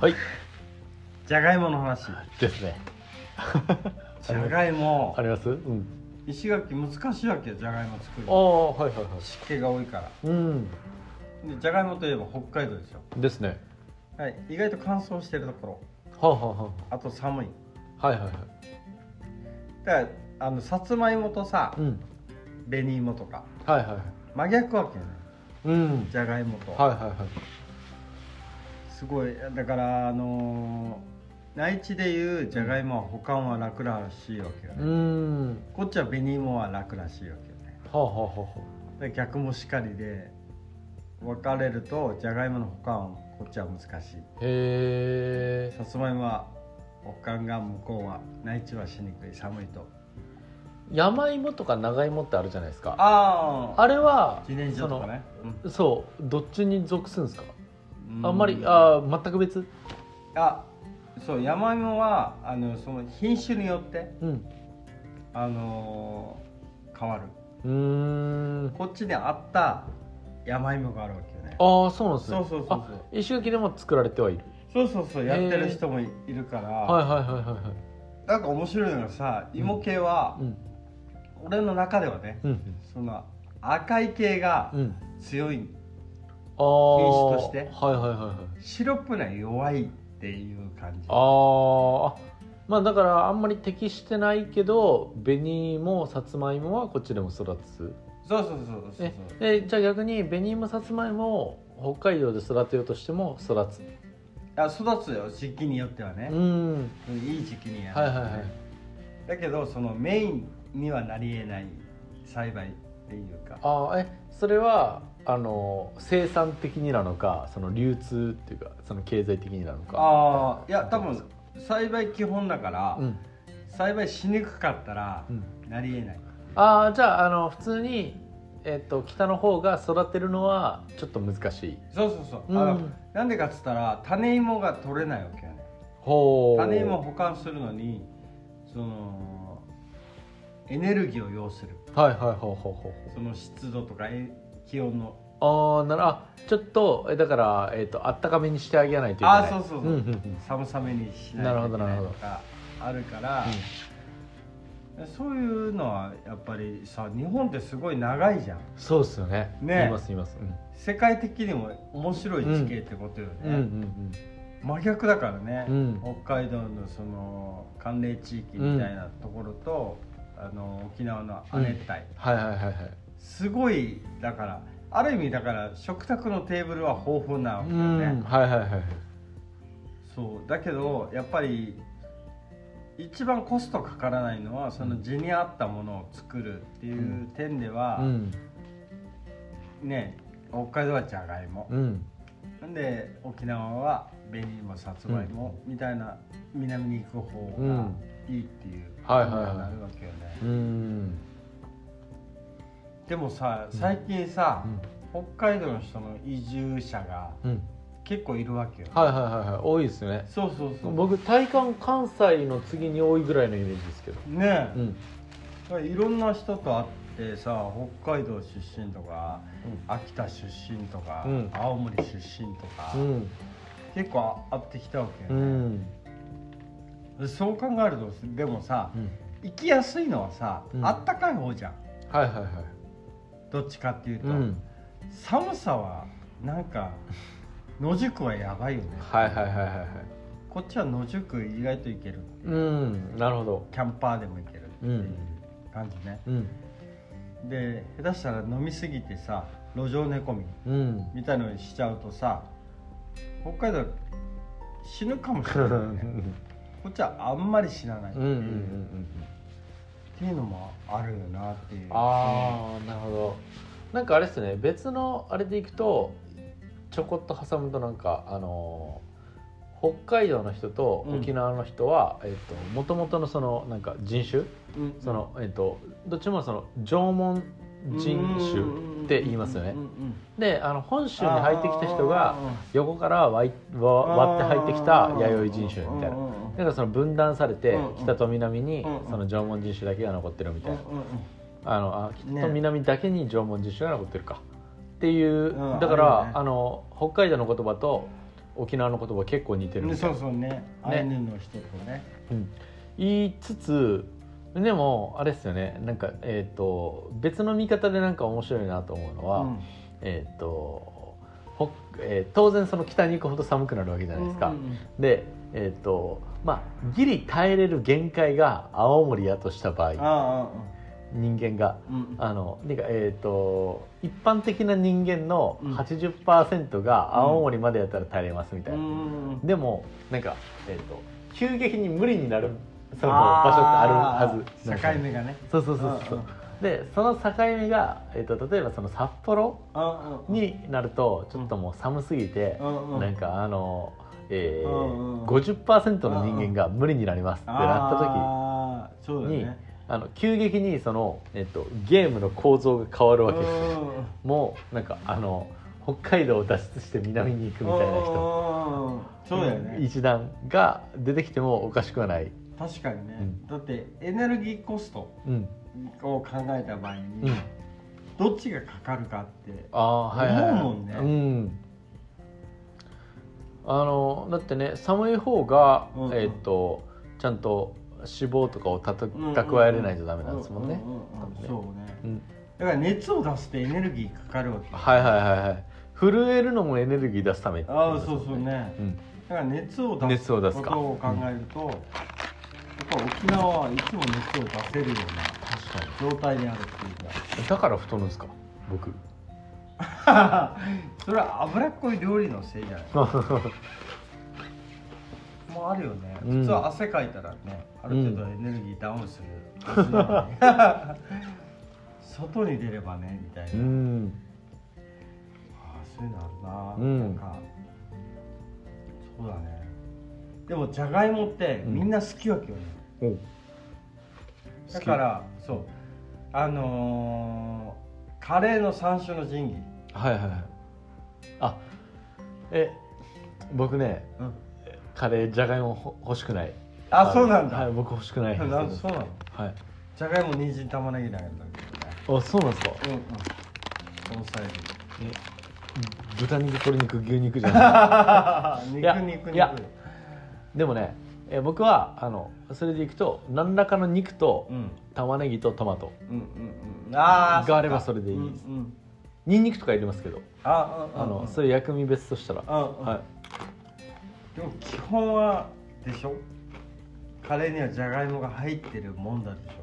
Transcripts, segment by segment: はいじゃがいもの話ですねじゃがいもありますうん石垣難しいわけよじゃがいも作るああはいはいはい湿気が多いからうんでじゃがいもといえば北海道でしですねょ、はい、意外と乾燥してるところはあ、はあはあと寒いあ、はいはいはいだからあのさつまいもとさうん紅芋とかはいはいはい真逆わけよねうんじゃがいもと、はいはいはいすごいだからあのー内地でいうじゃがいもは保管は楽らしいわけようね、んはこっちは紅芋は楽らしいわけよねあはあはあはで逆もしかりで分かれるとじゃがいもの保管はこっちは難しいあへえさつまいもは保管が向こうは内地はしにくい寒いと山芋とか長芋ってあるじゃないですかああれは自転車とかね、そのそうどっちに属するんですかうあんまりああー全く別あそう山芋はあのその品種によってうんあのー変わるうーんこっちにあった山芋があるわけよねああそうなんですねそうそうそうあ石垣でも作られてはいるそうそうそうそうやってる人もいいるから、はいはいはいはいはいなんか面白いのがさ芋系はう、ん俺の中ではねうんその赤い系がうん強いああ品種としてはいはいはいはい白っぽいのは弱いっていう感じあーあまあだからあんまり適してないけど紅もさつまいもはこっちでも育つそうそうそうそうえでじゃあ逆に紅もさつまいもを北海道で育てようとしても育つそうあ育つよ時期によってはねう、んいい時期にやる、はいはいはいだけどそのメインにはなりえない栽培っていうかああえそれはあの生産的になのかその流通っていうかその経済的になのかああいや多分栽培基本だから、うん栽培しにくかったらうんなりえないああじゃああの普通に、えっと北の方が育てるのはちょっと難しいそうそうそう、うんあのなんでかっつったら種芋が取れないわけよねほう種芋を保管するのにそのエネルギーを要するはいはいほうほうほうほうその湿度とかえ気温のああならあちょっとえだから、えっとあったかめにしてあげないといけないあーそうそうそうんんん寒さめにしないといけないとかあるから、そういうのはやっぱりさ日本ってすごい長いじゃんそうっすよねね言います言います、うん世界的にも面白い地形ってことよね、うんうん真逆だからね、うん北海道のその寒冷地域みたいなところと、あの沖縄の亜熱帯、はいはいはいはいすごいだからある意味だから食卓のテーブルは豊富なうわけよね、んはいはいはいはいそうだけどやっぱり一番コストかからないのはその地に合ったものを作るっていう点では、うんね北海道はじゃがいも、うんなんで沖縄は紅芋さつまいもみたいな南に行く方がいいっていうことはいにはいはいなるわけよね、うんでもさ最近さう、ん北海道の人の移住者がうん結構いるわけよ、はいはいはいはい多いですよねそうそうそう僕体感関西の次に多いぐらいのイメージですけどねえ、うんだからいろんな人と会ってさ北海道出身とか秋田出身とか、うん青森出身とか、うん結構会ってきたわけようね、んでそう考えるとでもさうん行きやすいのはさ、うんあったかい方じゃんはいはいはいどっちかっていうと、うん寒さはなんか 野宿はやばいよねはいはいはいはいはいこっちは野宿意外といけるうんなるほどキャンパーでもいけるっていう感じね、うんで下手したら飲みすぎてさ路上寝込みうんみたいのにしちゃうとさ北海道死ぬかもしれないよ ねこっちはあんまり死なないっうてんういんうう,、んうんっていうのもあるよなっていうああなるほどなんかあれですね別のあれでいくとちょこっと挟むとなんかあのー北海道の人とうん沖縄の人は、えっと元々のそのなんか人種うん、うんその、えっとどっちもその縄文人種って言いますよねうんうんうんであの本州に入ってきた人が横から割いわ割って入ってきあたー弥生人種みたいなうんうんうんなんかその分断されてうんうん北と南にうんうんその縄文人種だけが残ってるみたいなうんうんうんあのあね北と南だけに縄文人種が残ってるかっていう、うんだからああ、るよねの北海道の言葉と沖縄の言葉結構似てるみたいそうそうねアイヌの人とねうん言いつつでもあれですよねなんかえっ、と別の見方でなんか面白いなと思うのは、うんえっ、とほ、えー当然その北に行くほど寒くなるわけじゃないですか、うんうんでえっ、とまあギリ耐えれる限界が青森やとした場うん合あ人間があうんあのてかえっ、と一般的な人間のうん80%が青森までやったら耐えれますみたいな、うんでもなんか、えー、と急激に無理になるその場所ってあるはずなんーか境目がねそうそうそうそうでその境目が、えー、と例えばその札幌になるとちょっともう寒すぎて、なんっかあの、えーうんうん50%の人間が無理になりますってなった時なった時そうだにねあの急激にその、えっとゲームの構造が変わるわけですようんもうなんかあの北海道を脱出して南に行くみたいな人人そうだよね一団が出てきてもおかしくはない、確かにね、うんだってエネルギーコストうんを考えた場合うに、ん、どっちがかかるかってああはいはい、はい、思うもんねうんあのだってね寒い方が、うんうんえっ、とちゃんと脂肪とかをたた蓄えれないとダメなんですもんね、ううう多分ねそうねうんだから熱を出すってエネルギーかかるわけはいはいはいはい震えるのもエネルギー出すためってことあであすそもんうそうねうんだから熱を出す熱を出すこかとを考えると、やっぱ沖縄はいつも熱を出せるよう確かな状態にあるっていうにだから太るんですか 僕か それは脂っこい料理のせいじゃないもうあるよね、うん普通は汗かいたらねある程度エネルギーダウ ンする、外に出ればねみたいな、うんああそういうのあるな、うんなんかそうだねでもじゃがいもってみんな好きわけよね、おだからそうあのーカレーの三種の神器、はいはいはいあえ僕ねカレーじゃがいもほ欲しくないあそうなんはだい僕欲しくないなんそうなのはいじゃがいも人参玉ねぎだけだけあそうなんですかどねうんうんこのサイズえ豚肉鶏肉牛肉じゃないいや 肉肉肉いや でもねえ僕はあのそれでいくと何らかの肉とうん玉ねぎとトマトうんうんうんああがあればそれでいいうんですうんニンニクとか入れますけどあうんあうんうのんそれ薬味別としたらうんうんはいでも基本はでしょカレーにはじゃがいもが入ってるもんだでし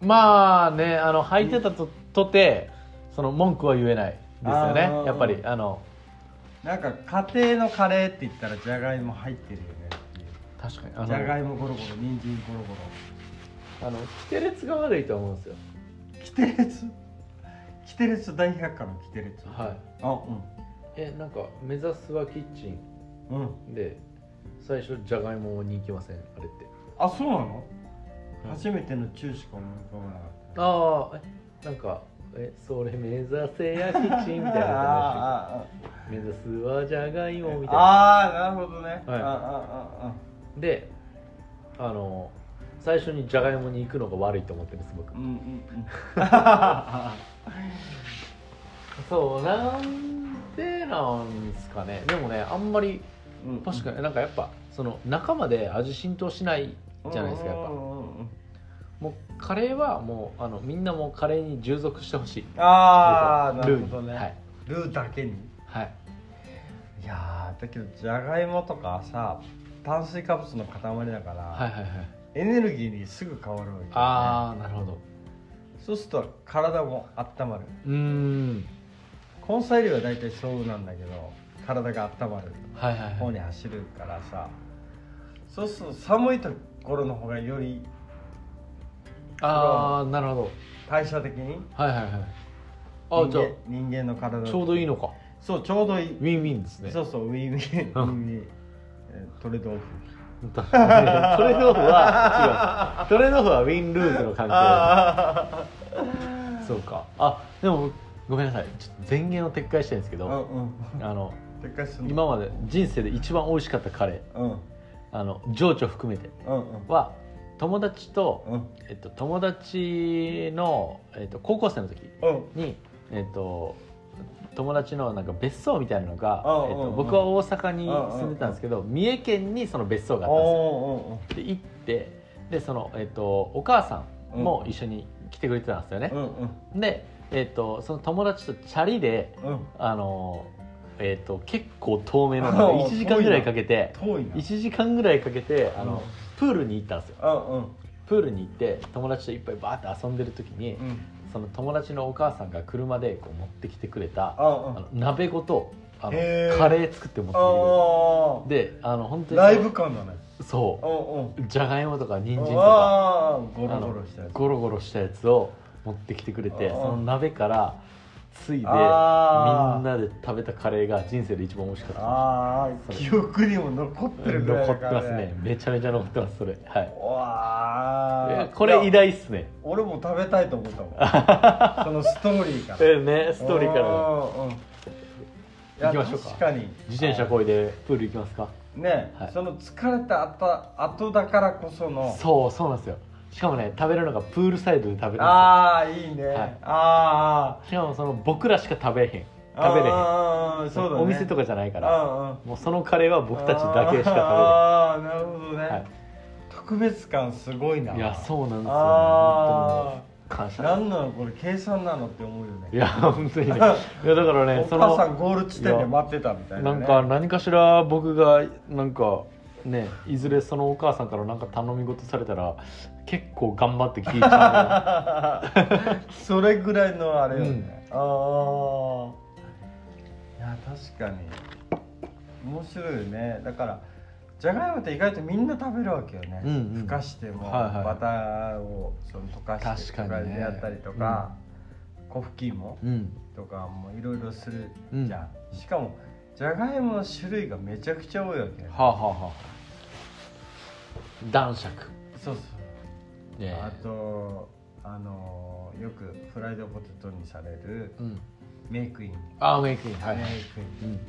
まあねあの履いてたととてその文句は言えないですよねあーやっぱりあのょなんか家庭のカレーって言ったらじゃがいも入ってるよねっていう確かにあじゃがのいもゴロゴロ人参ゴロゴあの規定列が悪いと思うんですよロキテレツキテレツ大百科のキテレツはいあえなんか「目指すはキッチうんうんン」で最初じゃがいもに行きませんあれってあそうなの、うん初めての中しか思い浮かばなかったああえなんか「えそれ目指せやキッチン」みたいな感あじで「目指すはじゃがいも」みたいなあーなるほどね、あああであの最初にじゃがいもに行くのが悪いと思ってるんです僕あうんうんうそうなんでなんですかねでもねあんまりんうん確かになんかやっぱその中まで味浸透しないじゃないですかやっぱうんうんうんもうカレーはもうあのみんなもうカレーに従属してほしいああなるルーほどにねはい、ルーだけにはい、いやーだけどじゃがいもとかさ炭水化物の塊だから、はいはいはいエネルギーにすぐ変わるわけ、ね、ああなるほどそうすると体も温まるうーん根菜類は大体そうなんだけど体が温まるはいはいは方いに走るからさそうすると寒いところの方がよりああなるほど代謝的にはいはいはいあ人あじゃ間人間の体あのちょうどいいのかそうちょうどいいウィンウィンですね そうそうウィンウィンウィンウィンえートレードオフトレードオフは違うトレードオフはウィン・ルーズの関係あそうかあでもごめんなさいちょっと前言を撤回したいんですけあうどんうんあのでっかいすんの今まで人生で一番美味しかったカレーうんうんあの情緒含めてうんは友達と、うんえっと、友達の、えっと、高校生の時うんに、えっと、友達のなんか別荘みたいなのが、ああえっああと、僕は大阪にああ住んでたんですけど三重県にその別荘があったんですよおーで行ってでその、えっと、お母さんも一緒に来てくれてたんですよねうん、うんで、えっと、その友達とチャリでうんうんあの、えっと、結構遠めのなんか1時間ぐらいかけて遠いな1時間ぐらいかけてあうんのプールに行ったんですよあうんプールに行って友達といっぱいバーって遊んでる時にうんその友達のお母さんが車でこう持ってきてくれたあうんあの鍋ごとあのへーカレー作って持ってあきてくれてであの本当ーにライブ感だねそおうじゃがいもとか人う参んうんとかああゴロゴロしたやつゴロゴロしたやつを持ってきてくれてあそーの鍋からついでみんあーなで食べたカレーが人生で一番美味しかったああそれ記憶にも残ってるぐらい残だってかまらすねめちゃめちゃ残ってますそれはいいわやあこれ偉いや大っすね俺も食べたいと思ったも んそのストーリーからえねストーリーからうんうんいや行きましょうか確かに自転車こいでプール行きますかね、はいその疲れたあた後だからこそのそうそうなんですよしかもね食べるのがプールサイドで食べるんですよああいいね、はいあーしかもその僕らしか食べへんあー食べれへんあーそうだねお店とかじゃないからあもうそのカレーは僕たちだけしかあーなるほど食ね、べれない、特別感すごいなはいい、いやそうなんですよ本あ当に感あ謝何でなのこれ計算なのって思うよすいねや本 当にねいやだからねおそ母さんのゴール地点で待ってたみたいな、なね、んか何かしら僕がなんかねいずれそのお母さんからなんか頼み事されたら結構頑張って聞いちゃ それぐらいのあれようねん、ああいや確かに面白いよねだからじゃがいもって意外とみんな食べるわけよね、うんうんふかしても、はいはいバターをその溶かして確とかかにねでやったりとか、粉吹き芋 ううんとかもいろいろするうんじゃん、しかもじゃがいもの種類がめちゃくちゃ多いわけよね、はあはあはあ男爵そうそうねあとあのーよくフライドポテトにされるうんメイクイン、アーメイクインはいメはい、イクインうん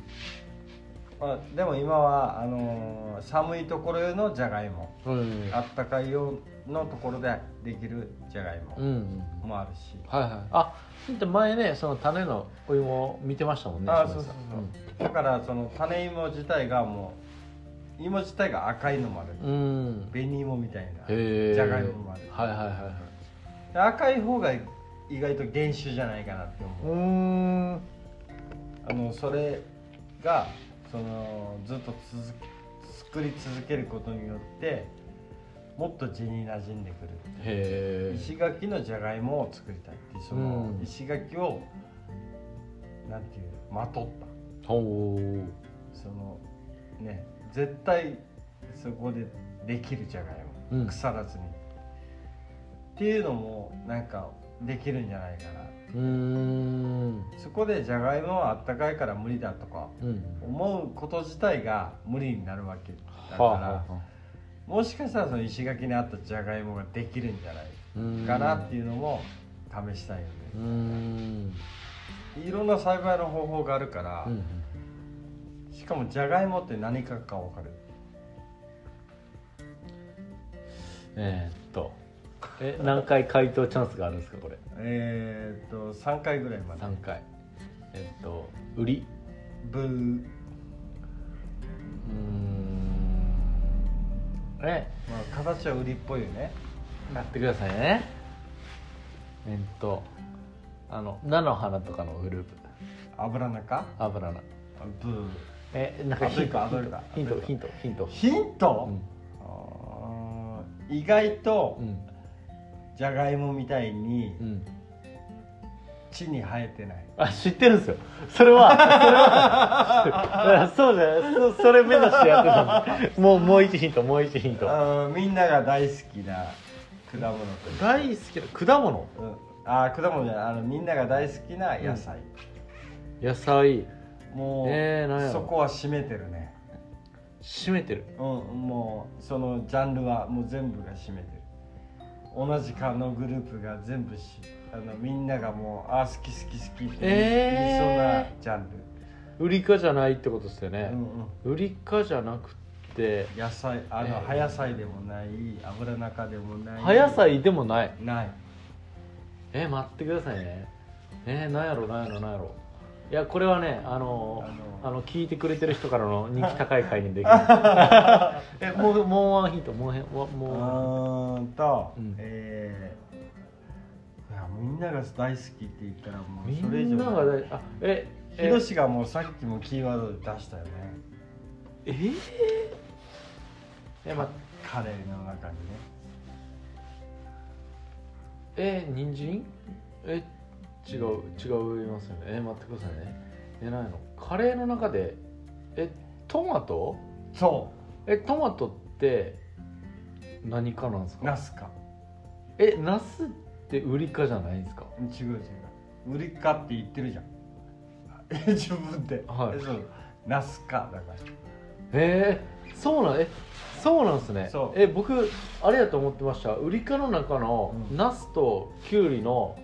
まあ、でも今はあのー寒いところのじゃがいもうんうんあったかいようのところでできるじゃがいうんうもんもあるし、はいはいあで前ねその種のお芋見てましたもんねあ島そう根そさうんそうだからその種芋自体がもう芋自体が赤いのもあるうんうん紅芋みたいなへえじゃがいももあるはいはいはいはいで赤い方が意外と原種じゃないかなって思ううんあのそれがそのずっと続く作り続けることによってもっと地に馴染んでくるへえ石垣のじゃがいもを作りたいっていうそのうん石垣をなんていうまとったほうそのね絶対そこでできるじゃがいも、うん腐らずにっていうのもなんかできるんじゃないかなうんそこでじゃがいもはあったかいから無理だとかうん思うこと自体が無理になるわけだから、はあはあはあもしかしたらその石垣にあったじゃがいもができるんじゃないうかなっていいうのも試したいよね、うんいろんな栽培の方法があるから、うんしかもじゃがいもって何かか分かるえー、っとえ何回回答チャンスがあるんですかこれえー、っと3回ぐらいまで三回えっと売りブーうーんえまあ形は売りっぽいよねなってくださいねえっとあの菜の花とかのグループ油中油菜ブーえなんかヒントあどれかヒントヒントヒントヒンヒントト、うんあー意外とうんじゃがいもみたいにうん地に生えてない、あ知ってるんですよそれはそれはそうじゃないそそれ目指してやってたんでもうもう一ヒントもう一ヒントあーみんなが大好きな果物というか、大好きな果物うん、あー果物じゃないあのみんなが大好きな野菜、野菜もう、えーなんやろそこは占めてるね締めてるうん、もうそのジャンルはもう全部が占めてる同じかのグループが全部しあのみんながもうあー好き好き好きって言い,、えーそうなジャンル、ウリ科じゃないってことですよね、うんうん、ウリ科じゃなくて野菜あの、えー葉野菜でもない油中でもない葉野菜でもないないえ待ってくださいねえー、なんやろなんやろなんやろいやこれはねあのあのあの聞いてくれてる人から の人気高い回にできる えもうもうワンヒントもうへんわうもーんと、うんえーいやみんなが大好きって言ったらもううみそれ以上んなが大あえひえろしがもうさっきもキーワードで出したよねえーえまカレーの中にねえ人参え違う違いますよねえ待ってくださいねえないのカレーの中でえトマトそえトマトって何かなんですうナかスかえナスってウリ科じゃないんですか違う違う売りかって言ってるじゃん え自分で、はいえそうナスかだからへえそうなんえそうなんですねそうえ僕あれやと思ってましたウリ科の中のうんナスとキュウリの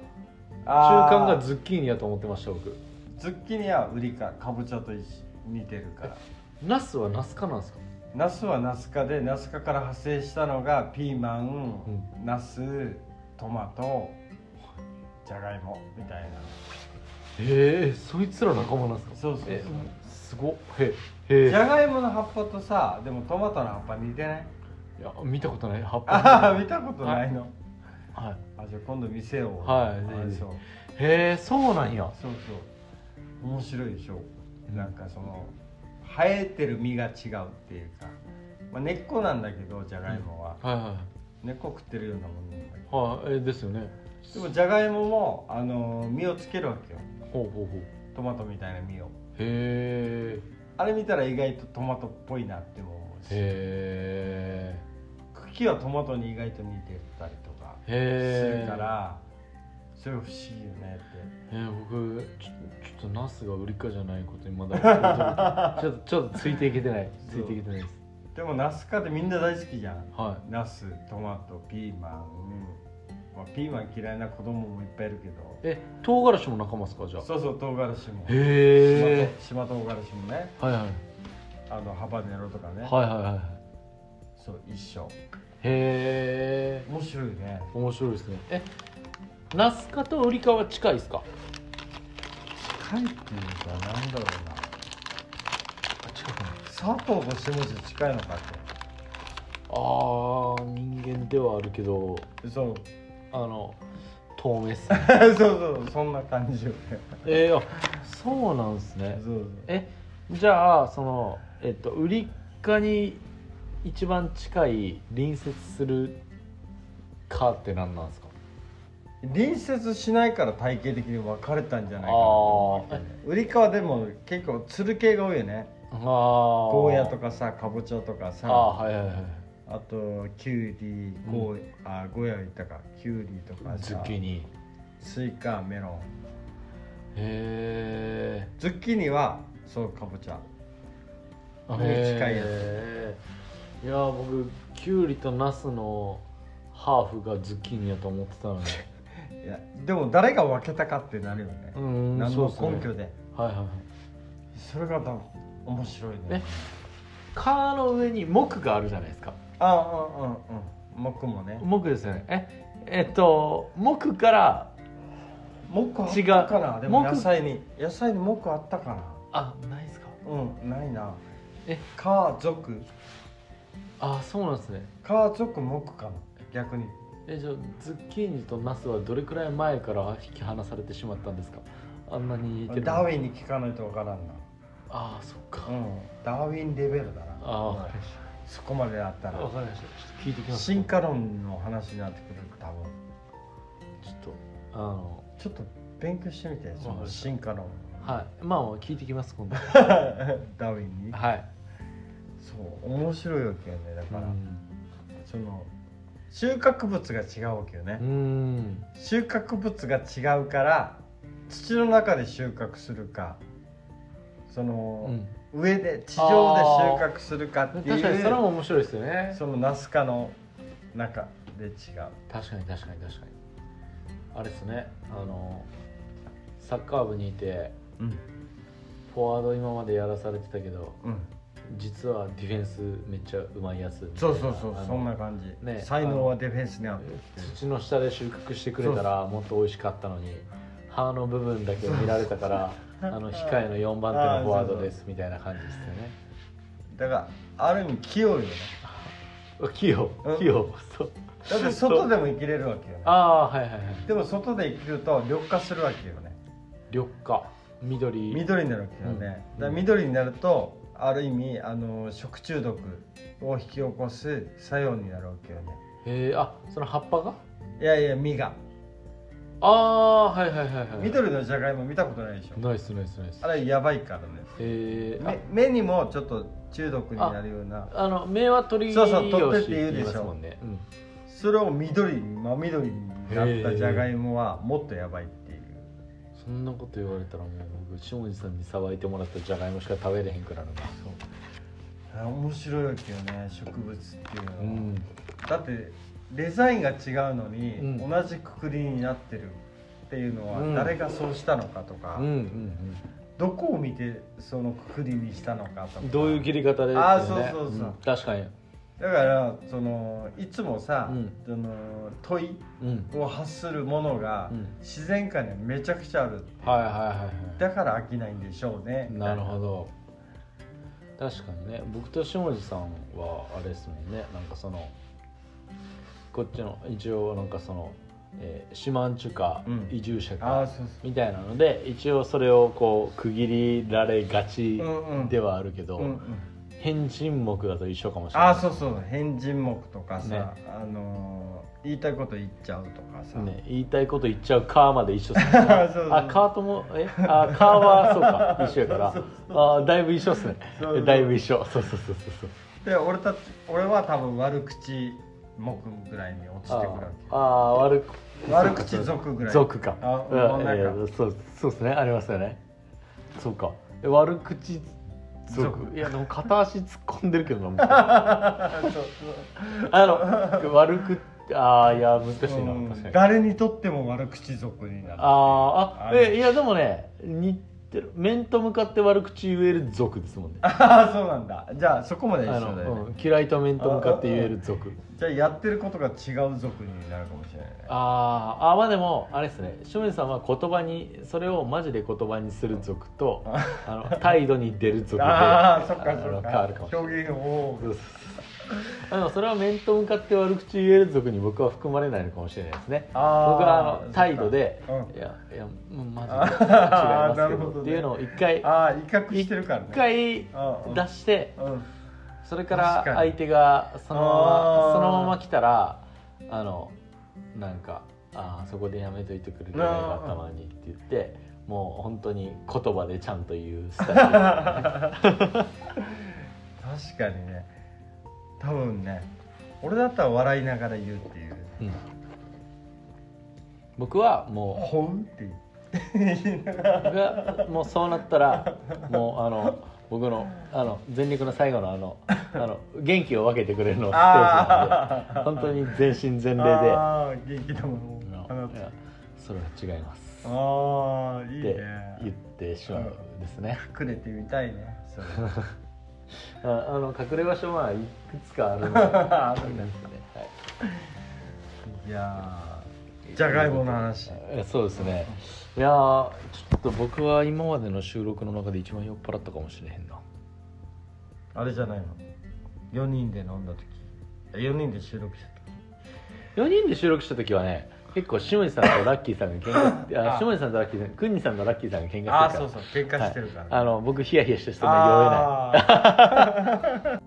中あー間がズッキーニやと思ってました僕ズッキーニはウリかかぼちゃと一緒似てるからナスはナス科なんですかナスはナス科でナス科から派生したのがピーマン、ナストマトじゃがいもみたいなへえそいつら仲間なんですかそうそうえそうすごっへへえじゃがいもの葉っぱとさでもトマトの葉っぱ似 てないいや見たことない葉っあぱ あ見たことないの、はいあじゃあ今度店をはいぜあひぜひそうへえそうなんやそうそう面白いでしょなんかその生えてる実が違うっていうか、まあ、根っこなんだけどじゃがいもは、はいはい根っこ食ってるようなもんなんだけどはい、えですよねでもじゃがいももあの実をつけるわけよほうほうほうトマトみたいな実をへえあれ見たら意外とトマトっぽいなっても思うしへ茎はトマトに意外と似てたりとかえすへえるからそれ不思議よねっえー、僕ちょちょっとナスが売りかじゃないことにまだちょっとちょっとついていけてないつそういていけてないですてでもナス科でみんな大好きじゃんはナストマトピーマン、まあ、ピーマン嫌いな子供もいっぱいいるけいどえ唐辛子も仲間ですかじゃあそうそう唐辛子もへえ島と島唐辛子もねはいはいあのハバネロとかね、はいはいはいはいそう一緒へえ面白いね面白いですねえナスカとウリカは近いですか近いっていうかなんだろうなあ近くない佐藤と下地近いのかっあー人間ではあるけどて そうあの透明っすそうそうそんな感じよね えー、あそうなんですねそうそうえじゃあそのえっとウリ科に一番近い隣接する科って何なんですか隣接しないから体系的に分かれたんじゃないかなと思うあーウリカはでも結構つる系が多いよねああゴーヤとかかさかぼちゃとかさああはいはいはいあとキュウリゴー、あゴーヤはいったかキュウリとかズさッキーニスイカメロンへえズッキーニはそうかぼちゃあこれ近いやつへーいやー僕キュウリとナスのハーフがズッキーニやと思って たのにいやでも誰が分けたかってなるよね、うーん何そうのっすね根拠ではいはいはいそれが多分面白いねね科の上に木があるじゃないですかあうんうんうん僕もね木ですよねええっと木から木あった違うかなでも木野菜に野菜に木あったかなあないですかうんないなえ家族あそうなんですね家族木かな逆にえじゃあズッキーニとナスはどれくらい前から引き離されてしまったんですかあんなに似てるダーウィンに聞かないとわからんなああそっか、うんダーウィンレベルだなああわかりうんましそこまでだったたわらかりましたちょっと聞いてきます進化論の話になってくる多分ちょっとあのちょっと勉強してみてその進化 論はいまあまあ聞いてきます今度ダーウィンにはいそう面白いわけよねだうから、んその収穫物が違うわけよねう、ん収穫物が違うから土の中で収穫するかその、上で地上で収穫するかって確かにいそれうも面白いですよねそのナス科の中で違う確かに確かに確かにあれですねあのサッカー部にいてうんフォワード今までやらされてたけどうん実はディフェンスめっちゃうまいやつみたいそなうそうそうあのそんな感じ、ね才能はディフェンスにあって土の下で収穫してくれたらもっと美味しかったのに葉の部分だけ見られたからあの控えの4番手のフォワードですみたいな感じですよねだからある意味器用よね器用うん器用そうだって外でも生きれるわけよねああーはいはいはいでも外で生きると緑化するわけよね緑化緑緑になるわけようね、んだから緑になるとある意味あの食中毒を引き起こす作用になるわけよねえー、あその葉っぱがいやいや実がああはいはいはいはい緑のじゃがいも見たことないでしょナイスナイスナイスあれやばいからねえー、あ目目にもちょっと中毒になるようなあの目は鳥そうそう取よってって言うでし言ょいますもんね、うんそれを緑に真緑になったじゃがいもはもっとやばいっていうそんなこと言われたらもう僕下地さんにさばいてもらったじゃがいもしか食べれへんくなるなあ面白いわけよね植物っていうのは、うんだってデザインが違うのに、うん同じくくりになってるっていうのうはん誰がそうしたのかとか、うんうんどこを見てそのくくりにしたのかうとかんどういう切り方で、あーそうそうそうん確かにだからそのいつもさ、うんその問いうんを発するものが、うん自然界にはめちゃくちゃあるっていうはいはいはいはだから飽きないんでしょうねいなるどほど確かにね僕と下地さんはあれですもんねなんかそのこっちの一応なんかその、えー、四万中華、うん移住者あかあそうみたいなので一応それをこう区切りられがちそううんうんではあるけど、うんうん変人目だと一緒かもしれないああそうそう変人目とかさ、ねあのー言いたいこと言っちゃうとかさ、ね、言いたいこと言っちゃうかまで一緒です そうそうそうあかともえあかはそうか一緒やからそうあだいぶ一緒っすねそうそうだいぶ一緒そうそうそうそうで俺たち俺は多分悪口目ぐらいに落ちそうてくるわああ悪くけ悪口族ぐらい族かあうんもうなんかいやいやそうそうですねありますよねそうかえ悪口族族いやでも片足突っ込んでるけどな僕 そうそうあの悪くああいや難しいな、うん確かに誰にとっても悪口族になるあーああのえいやでもね似てる面と向かって悪口言える族ですもんねあああそうなんだじゃあそこまで一緒だよの、ねうん、嫌いと面と向かって言える族じゃあやってることが違う族になるかもしれないねあーあまあでもあれですね正面さんは言葉にそれをマジで言葉にする族とあの態度に出る族でああそっあかのそっ変わるかもしかれない表現をそうそうそうあのそれは面と向かって悪口言える族に僕は含まれないのかもしれないですね僕僕はあの態度で「ういんやいやもうマジで違いあまーすけなるほどどねっていうのを一回ああ威嚇してるからね一回うんうん出してうんそれから確かに相手がそのまあまーそのまま来たらあのなんかあーそこでやめといてくれるかうんたまにって言ってもう本当に言葉でちゃんと言うスタイ確かにね多分ね俺だったら笑いながら言うっていうル、 うん僕は「もほう」って言うう僕がもうそうなったらもうあの僕のあの全力の最後のあのあの元気を分けてくれるのがステージなんで本当に全身全霊であああ元気だもんのいやそれは違います。ああいいって言っねてしまうですね。隠れてみたいねそれああの隠れ場所はいくつかあるんで ああるるんでねすね。はいいやーじゃがいもの話えそうですね。いやーちょっと僕は今までの収録の中で一番酔っ払ったかもしれへんな。あれじゃないの4人で飲んだ時4人で収録した時4人で収録した時はね結構下地さんとラッキーさんが喧嘩 ああ下地さんとラッキーさんくんにさんとラッキーさんが喧嘩してるから喧嘩してるから、は いあの僕ヒヤヒヤしてそんな酔えないあ